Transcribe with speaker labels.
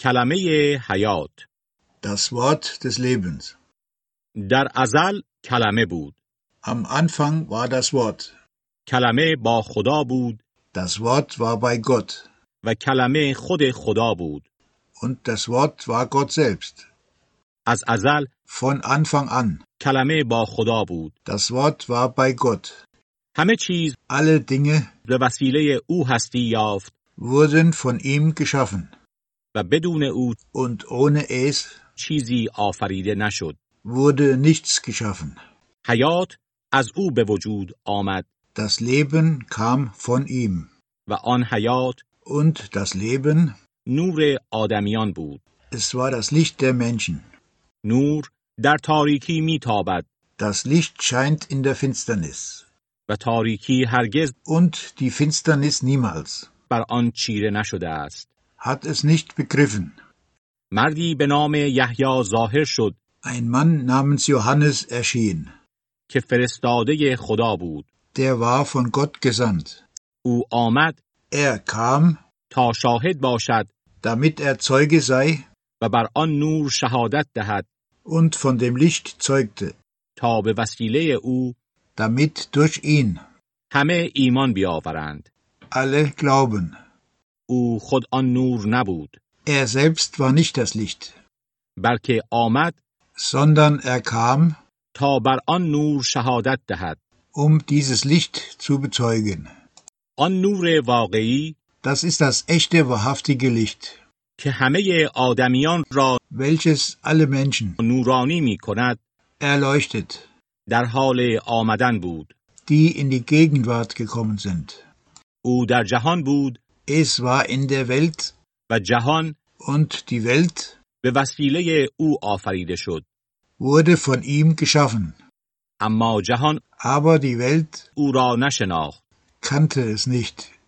Speaker 1: کلمه حیات
Speaker 2: das Wort des Lebens.
Speaker 1: در ازل کلمه بود
Speaker 2: Am Anfang war das Wort.
Speaker 1: کلمه با خدا بود
Speaker 2: Das Wort war bei Gott.
Speaker 1: و کلمه خود خدا بود
Speaker 2: Und das Wort war Gott selbst.
Speaker 1: از ازل
Speaker 2: Von Anfang an.
Speaker 1: کلمه با خدا بود
Speaker 2: Das Wort war bei Gott.
Speaker 1: همه چیز
Speaker 2: Alle Dinge
Speaker 1: به وسیله او هستی یافت
Speaker 2: wurden von ihm geschaffen.
Speaker 1: و بدون او
Speaker 2: Und ohne es
Speaker 1: چیزی آفریده نشد
Speaker 2: wurde nichts geschaffen.
Speaker 1: حیات از او به وجود آمد
Speaker 2: Das Leben kam von ihm.
Speaker 1: و آن حیات
Speaker 2: Und das Leben,
Speaker 1: نور آدمیان بود
Speaker 2: es war das Licht der Menschen.
Speaker 1: نور در تاریکی میتابد
Speaker 2: Das Licht scheint in der Finsternis.
Speaker 1: و تاریکی هرگز
Speaker 2: Und die Finsternis niemals.
Speaker 1: بر آن چیره نشده است
Speaker 2: Hat es nicht begriffen.
Speaker 1: مردی به نام یحیی ظاهر شد
Speaker 2: Ein Mann namens Johannes erschien.
Speaker 1: که فرستاده خدا بود
Speaker 2: Der war von Gott gesandt.
Speaker 1: او آمد
Speaker 2: Er kam,
Speaker 1: تا شاهد باشد
Speaker 2: damit er Zeuge sei
Speaker 1: و بر آن نور شهادت دهد
Speaker 2: und von dem Licht zeugte,
Speaker 1: تا به وسیله او
Speaker 2: damit durch ihn
Speaker 1: همه ایمان بیاورند
Speaker 2: alle glauben.
Speaker 1: او خود آن نور نبود
Speaker 2: Er selbst war nicht das Licht,
Speaker 1: بلکه آمد
Speaker 2: sondern er kam,
Speaker 1: تا بر آن نور شهادت دهد
Speaker 2: um dieses Licht zu bezeugen.
Speaker 1: آن نور واقعی
Speaker 2: Das ist das echte, wahrhaftige Licht,
Speaker 1: که همه آدمیان را
Speaker 2: welches alle Menschen
Speaker 1: نورانی می کند
Speaker 2: erleuchtet,
Speaker 1: در حال آمدن بود
Speaker 2: die in die Gegenwart gekommen sind.
Speaker 1: او در جهان بود
Speaker 2: Es war in der Welt
Speaker 1: و جهان
Speaker 2: und die Welt
Speaker 1: به وسیله او آفریده شد
Speaker 2: wurde von ihm geschaffen,
Speaker 1: اما جهان
Speaker 2: aber die Welt
Speaker 1: او را نشناخت
Speaker 2: kannte es nicht.